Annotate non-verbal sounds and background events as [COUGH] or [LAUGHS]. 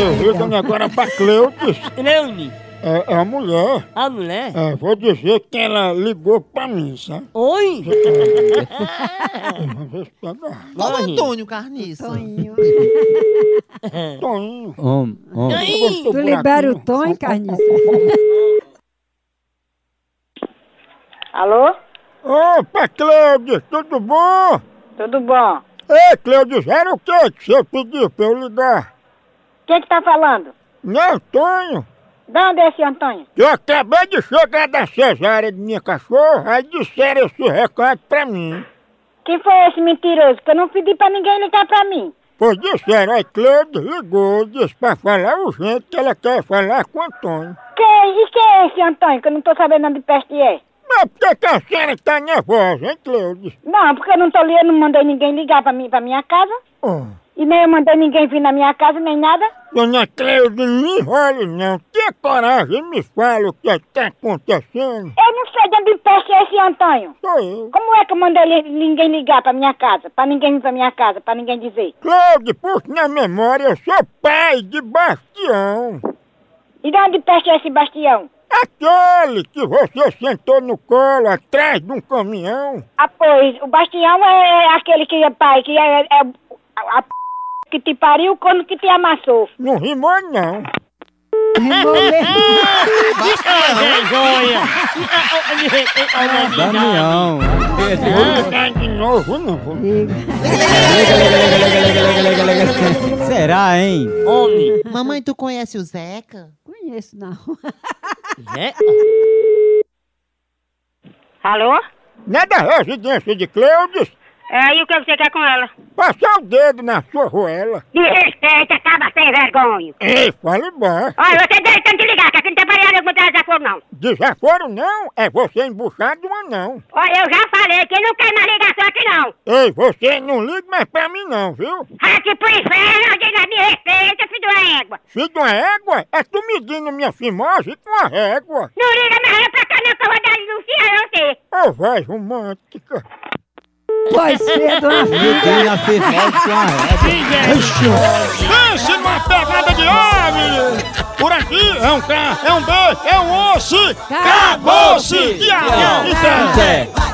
Eu vi também agora pra Cleutis. Leone, É, é a mulher. a mulher. É, vou dizer que ela ligou pra mim, sabe? Oi? Uma vez pegar. Olha o Morre. Antônio Carniça. um Toninho. Homem, homem. eu gosto do Tu libera o buraquinho. tom, hein, carniça? Alô? Opa, Cleudes, tudo bom? Tudo bom? Ei, Cleudes, era o que que você pediu pra eu ligar? Quem que tá falando? Não, Antônio. De onde é esse Antônio? Eu acabei de chegar da cesárea de minha cachorra, aí disseram esse recado pra mim. Quem foi esse mentiroso? Que eu não pedi pra ninguém ligar pra mim. Pois disseram, aí Cleudes ligou, disse pra falar urgente que ela quer falar com o Antônio. Quem? E quem é esse Antônio? Que eu não tô sabendo onde peste é. Mas por que que a senhora tá nervosa, hein, Cleudes? Não, porque eu não tô li- eu não mandei ninguém ligar pra, mim, pra minha casa. Oh. E nem eu mandei ninguém vir na minha casa, nem nada. Dona Cleude, não enrole não. Tenha coragem e me fala o que está acontecendo. Eu não sei de onde peste é esse Antônio. Sou eu. Como é que eu mandei li- ninguém ligar pra minha casa? Pra ninguém vir pra minha casa, pra ninguém dizer. Cleude, puxa na memória, eu sou pai de Bastião. E de onde peste é esse Bastião? Aquele que você sentou no colo atrás de um caminhão. Ah, pois, o Bastião é aquele que é pai, que é, é a, a p... que te pariu quando que te amassou. Não rimou não. Rimou mesmo. Vergonha. Damião. Não tá de novo não. Será, hein? Homem. Mamãe, tu conhece o Zeca? Conheço, não. [LAUGHS] Zé? Alô? Não é da residência de Cleudes? É, e o que você quer com ela? Passar o dedo na sua roela. Me respeita, acaba sem vergonha. Ei, fale baixo. Olha, você deve tanto ligar, que aqui não tem variado eu vou dar desaforo, não. Desaforo não, é você embuchado um ou não. Olha, eu já falei que não quer mais ligação aqui, não. Ei, você não liga mais pra mim não, viu? Vai aqui pro inferno, diga, me respeita, filho da égua. Filho de uma égua? É tu medindo minha fimose com a régua. Não liga mais pra cá, não, que eu vou dar denunciar a você. Ô, voz romântica. Pois cedo, uma filha. Tem a fefose com a régua. Pense numa pegada de ave! Por aqui é um K, é um B, é um osso! Acabou-se! E a- e a- Zé.